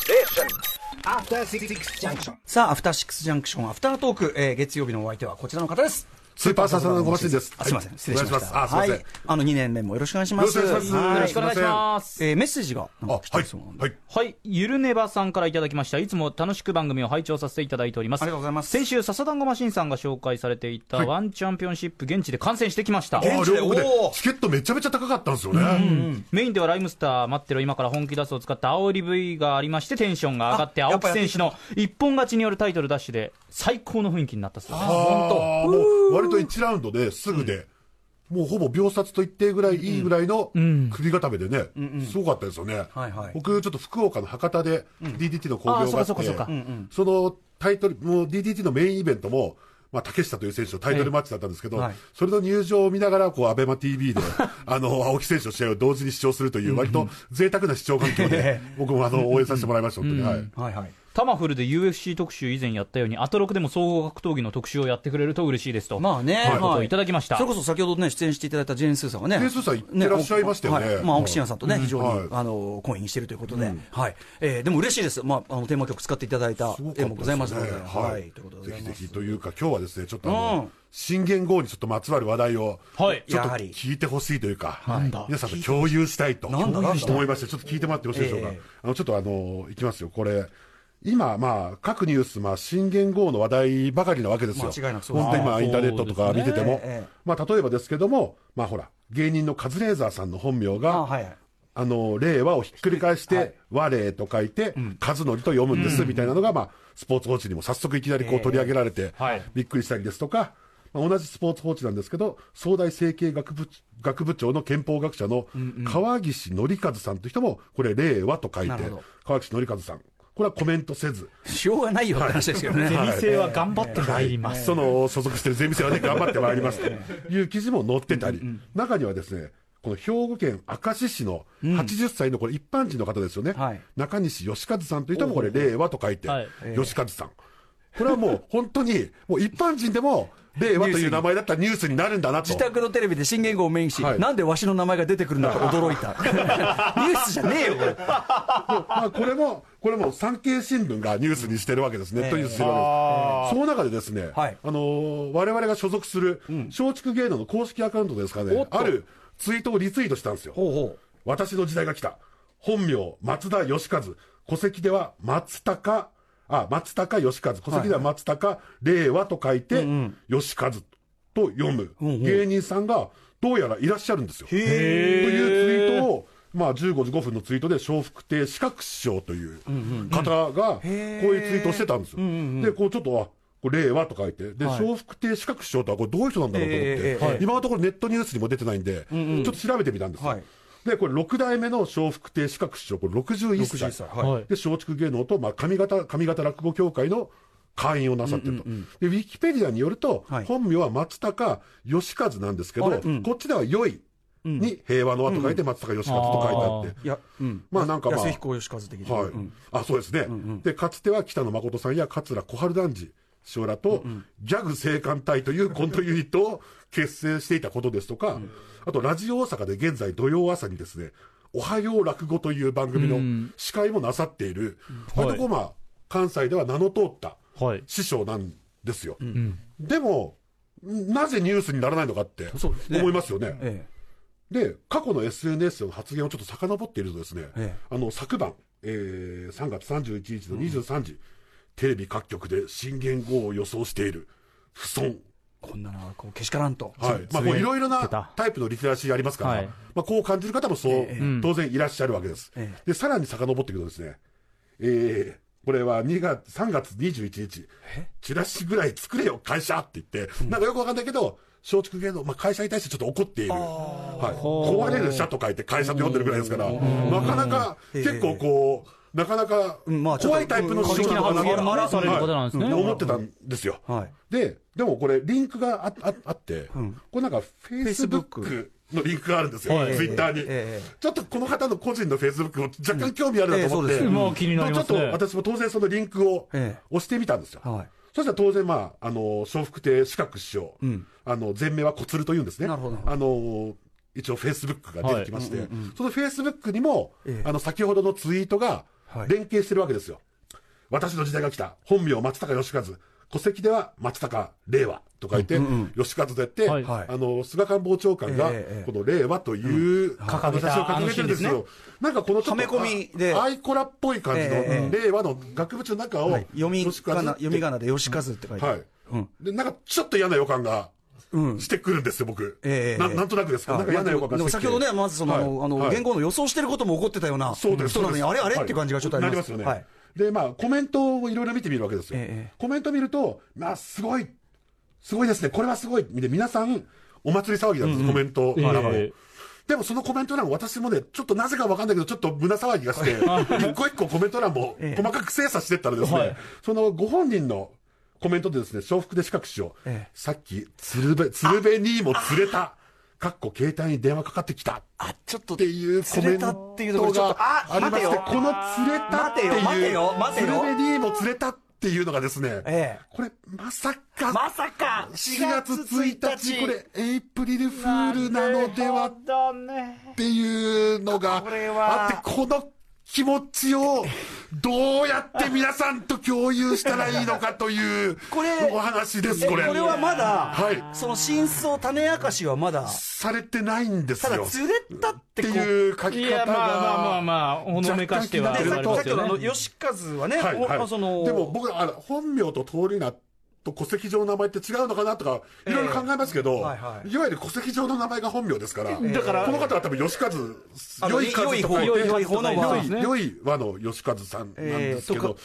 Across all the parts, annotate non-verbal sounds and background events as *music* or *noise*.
Station. アフターシックスジャンクションさあ、アフターシックスジャンクション、アフタートーク、えー月曜日のお相手はこちらの方です。スーパーササダの小橋ですあすいません、はい失礼しました。お願いしますあすいませんはい。あの、2年目もよろしくお願いします。よろしくおは願いいしますよろしくお願いします。えーメッセージがなんか来てあ、はいるそうなんで。はい。はい、ゆるねばさんからいただきました。いつも楽しく番組を拝聴させていただいております。ありがとうございます先週、笹団子マシンさんが紹介されていたワンチャンピオンシップ、現地で観戦してきました。あ現地で両国でおーチケットめちゃめちゃ高かったんですよね。メインではライムスター待ってろ今から本気出すを使った煽り V がありましてテンションが上がってあやっ青ぱ木やって選き手たの一本勝ちによるタイトルダッシュで最高の雰囲気になったそうですああ、もう割と1ラウンドですぐで、もうほぼ秒殺と言っていいぐらい、いいぐらいの首固めでね、すごかったですよね。はいはい僕、ちょっと福岡の博多で DDT の興行がああっーそうかそうかそうかうんうて、そのタイトル、もう DDT のメインイベントも、まあ、竹下という選手のタイトルマッチだったんですけど、はいそれの入場を見ながら、こう、アベマ t v で、あの、青木選手の試合を同時に視聴するという、割と贅沢な視聴環境で、僕もあの、応援させてもらいました、本当に。はい。はいはい。タマフルで UFC 特集以前やったようにアトロクでも総合格闘技の特集をやってくれると嬉しいですと、まあね、ということをいただきましたそれこそ先ほどね、出演していただいたジェーン・スーさんはね、ジェーンスーさん行ってらっしゃいましたよねはいまあ、はい青木真也さんとね、非常はにい、あの、婚姻してるということで、はい。えーでも嬉しいです。まあ、あの、テーマ曲使っていただいたすごかった絵もございますねので、ははいい。ということでございまぜひすぜひ。というか、今日はですね、ちょっとあの、うん新元号にちょっとまつわる話題を、はいちょやっとはり聞いてほしいというか、なんだ皆さんと共有したいとなんだなんだ思いまして、ちょっと聞いてもらってよろしいでしょうか。ええあのちょっとあの、いきますよ、これ。今、まあ、各ニュース、まあ、新元号の話題ばかりなわけですよ。間違いなくそうですね本当に今、インターネットとか見てても。そうですねえまあ、例えばですけども、まあ、ほら、芸人のカズレーザーさんの本名が、あはいはいあの、令和をひっくり返して、我と書いて、和則と読むんです、みたいなのが、まあ、スポーツ報知にも早速いきなりこう取り上げられてはい、びっくりしたりですとか、まあ同じスポーツ報知なんですけど、総大整形学部学部長の憲法学者の川岸紀和さんという人も、これ、令和と書いてなるほど、川岸紀和さん。これはコメントせず、しょうがないよって話ですけどね。ゼミ生は頑張ってまいります、その所属してるゼミ生はね、頑張ってまいりますという記事も載ってたり、中にはですね、この兵庫県明石市の80歳のこれ一般人の方ですよね、はい中西義和さんという人もこれ、令和と書いて、はい義和さん。これはもう本当に、もう一般人でも、令和という名前だったらニュースになるんだなと。自宅のテレビで新言語をメインし、はいなんでわしの名前が出てくるんだと驚い *laughs* た。ニュースじゃねえよ、これ。まあ、これも、これも産経新聞がニュースにしてるわけですね、ええというしてるわけです。その中でですね、はいあのー我々が所属する松竹芸能の公式アカウントですかね、あるツイートをリツイートしたんですよ。ほうほう。私の時代が来た。本名、松田義和。戸籍では松高、あ、松高義和。戸籍では松高、令和と書いて、義和と読む、芸人さんが、どうやらいらっしゃるんですよ。というツイートを、まあ、15時5分のツイートで、笑福亭四角師匠という方が、こういうツイートをしてたんですよ。で、こうちょっと、あ、これ令和と書いて、で、笑福亭四角師匠とは、これどういう人なんだろうと思って、ええええ今のところネットニュースにも出てないんで、ちょっと調べてみたんですよ。はいで、これ6代目の笑福亭四角師匠、これ61歳。 61歳はいで、松竹芸能と、まあ、上方、上方落語協会の会員をなさってると。で、ウィキペディアによると、はい本名は松高義和なんですけど、あれうんこっちでは良いに平和の和と書いて松高義和と書いてあって。いや、うん。まあなんかまあ安彦義和的に。はい、うんあそうですね、でかつては北野誠さんや桂小春団治師匠らと、ギャグ青函隊というコントユニットを結成していたことですとか、あとラジオ大阪で現在土曜朝にですね「おはよう落語」という番組の司会もなさっている、はいあとこうまあ関西では名の通ったはい師匠なんですよ、でもなぜニュースにならないのかってそうですね思いますよねえで、過去の SNS の発言をちょっと遡っているとですね、ええあの、昨晩、えー3月31日の23時、テレビ各局で新元号を予想している、不損。え。こんなのはこうけしからんと。はい。まあ、こういろいろ言っなてたタイプのリテラシーありますから、はいまあ、こう感じる方もそう、当然いらっしゃるわけです。ええで、さらに遡っていくとですね、えー、これは2月、3月21日、チラシぐらい作れよ、会社って言って、なんかよくわかんないけど、松竹芸能、まあ、会社に対してちょっと怒っている。はい。壊れる社と書いて会社と呼んでるぐらいですから、なかなか、結構こう、なかなか、うんまあちょっと怖いタイプの師匠なのかな過激な発言をねされる方なんですねはい思ってたんですよ。はい。で、でもこれ、リンクがあああって、んこれなんか、フェイスブックのリンクがあるんですよ、はいツイッターに、ええちょっとこの方の個人のフェイスブックも若干興味あるなと思っうて、んええそうですまあ気になりますねちょっと私も当然そのリンクをええ押してみたんですよ。はいそしたら当然、まあ、あの、笑福亭四角師匠、あの、全名は小鶴というんですね。なるほどあの、一応フェイスブックが出てきまして、そのフェイスブックにも、あの、先ほどのツイートが、はい連携してるわけですよ。私の時代が来た。本名、松高義和。戸籍では松高令和と書いて、義和とやって、はいはいあの、菅官房長官がええ、この令和という掲げた写真を掲げてるんですあのシーンよ。なんかこのちょっと、はめ込みであアイコラっぽい感じの、ええ令和の額縁の中を、はい読み義仮和名、って読み仮名で吉和って書いて。はい、うんで、なんかちょっと嫌な予感がうんしてくるんですよ、僕。ええななんとなくですけど、なんか嫌な予感でがしてもきて先ほどね、まずその、はいあの、はい言語の予想してることも起こってたようなそう人です。なのに、そうあでれすあれ、はって感じがちょっとあります。なりはまいすよね。。で、まあ、コメントをいろいろ見てみるわけですよええ。コメント見ると、まあ、すごい、すごいですね、これはすごい。で、皆さん、お祭り騒ぎなんです、コメント欄もええでもそのコメント欄、私もね、ちょっとなぜかわかんないけど、ちょっと胸騒ぎがして、一個一個コメント欄も細かく精査してったらですね、はいそのご本人のコメントでですね、重複で資格師匠、ええさっき、鶴瓶、鶴瓶にも釣れた、かっこ携帯に電話かかってきた。あ、ちょっっとて、いうコ釣メれンたトっていうところちょっと、がああ、りま待てしよて、。この釣れたっていう、待てよ待てよスルベリーも釣れたっていうのがですね、ええこれ、まさか、まさか4月1日、ここれれ、エイプリルフールなのではっていうのがこれはあって、この気持ちを、どうやって皆さんと共有したらいいのかという、これお話です、えこれ。これはまだ、はいその真相種明かしはまだ、されてないんですただよ。釣れたっっててこういう書きい方が。や、まあまあまあまあ、ほのめかしてはあ若り干で気さっきさまっすきのよあのね。吉和はね、はいおはい、そのでも僕あの本名と通り名と戸籍上の名前って違うのかなとかいろいろ考えますけど、はいはいいわゆる戸籍上の名前が本名ですから、だからこの方は多分吉和あの良い和と書いて良い良方い方の良和いね良い和の吉和さんなんですけど、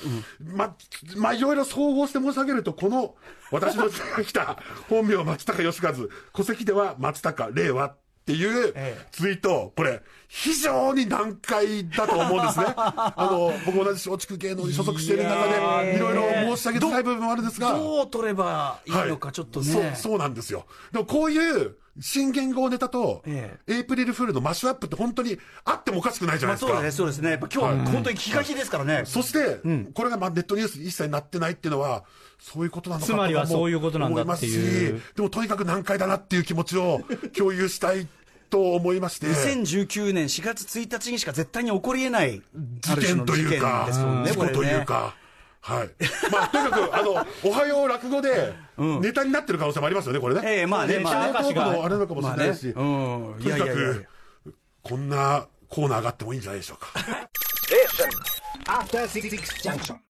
えままあいろいろ総合して申し上げるとこの私の時代が *laughs* 来た本名松高吉和戸籍では松高令和っていうええツイート、これ、非常に難解だと思うんですね。 *laughs* あの、僕同じ松竹芸能に所属している中で、いろいろ申し上げたい部分もあるんですが、どう取ればいいのかちょっとね、そう、そうなんですよ。でもこういう新言語ネタと、えエイプリルフールのマッシュアップって本当にあってもおかしくないじゃまあ、ないですそうか。だね、そうですね、やっぱ今日、本当に気が気ですからね、そして、これがまあネットニュースに一切なってないっていうのは、そういうことなのかつまりはとかもそういうことなんだっていう思ますしでもとにかく難解だなっていう気持 *laughs* ちを共有したいと思いまして。 2019年4月1日にしか絶対に起こりえない事件というあかる、種の事件です事も故んね、ことれいうね。か、はい。まあ、とにかく、あの、おはよう落語で、ネタになってる可能性もありますよね、これね。ええまあねネまあタねトークのあれなのかもしれないし、まあねうんとにかいやいやいやいやく、こんなコーナーがあってもいいんじゃないでしょうか。 After Six Junction.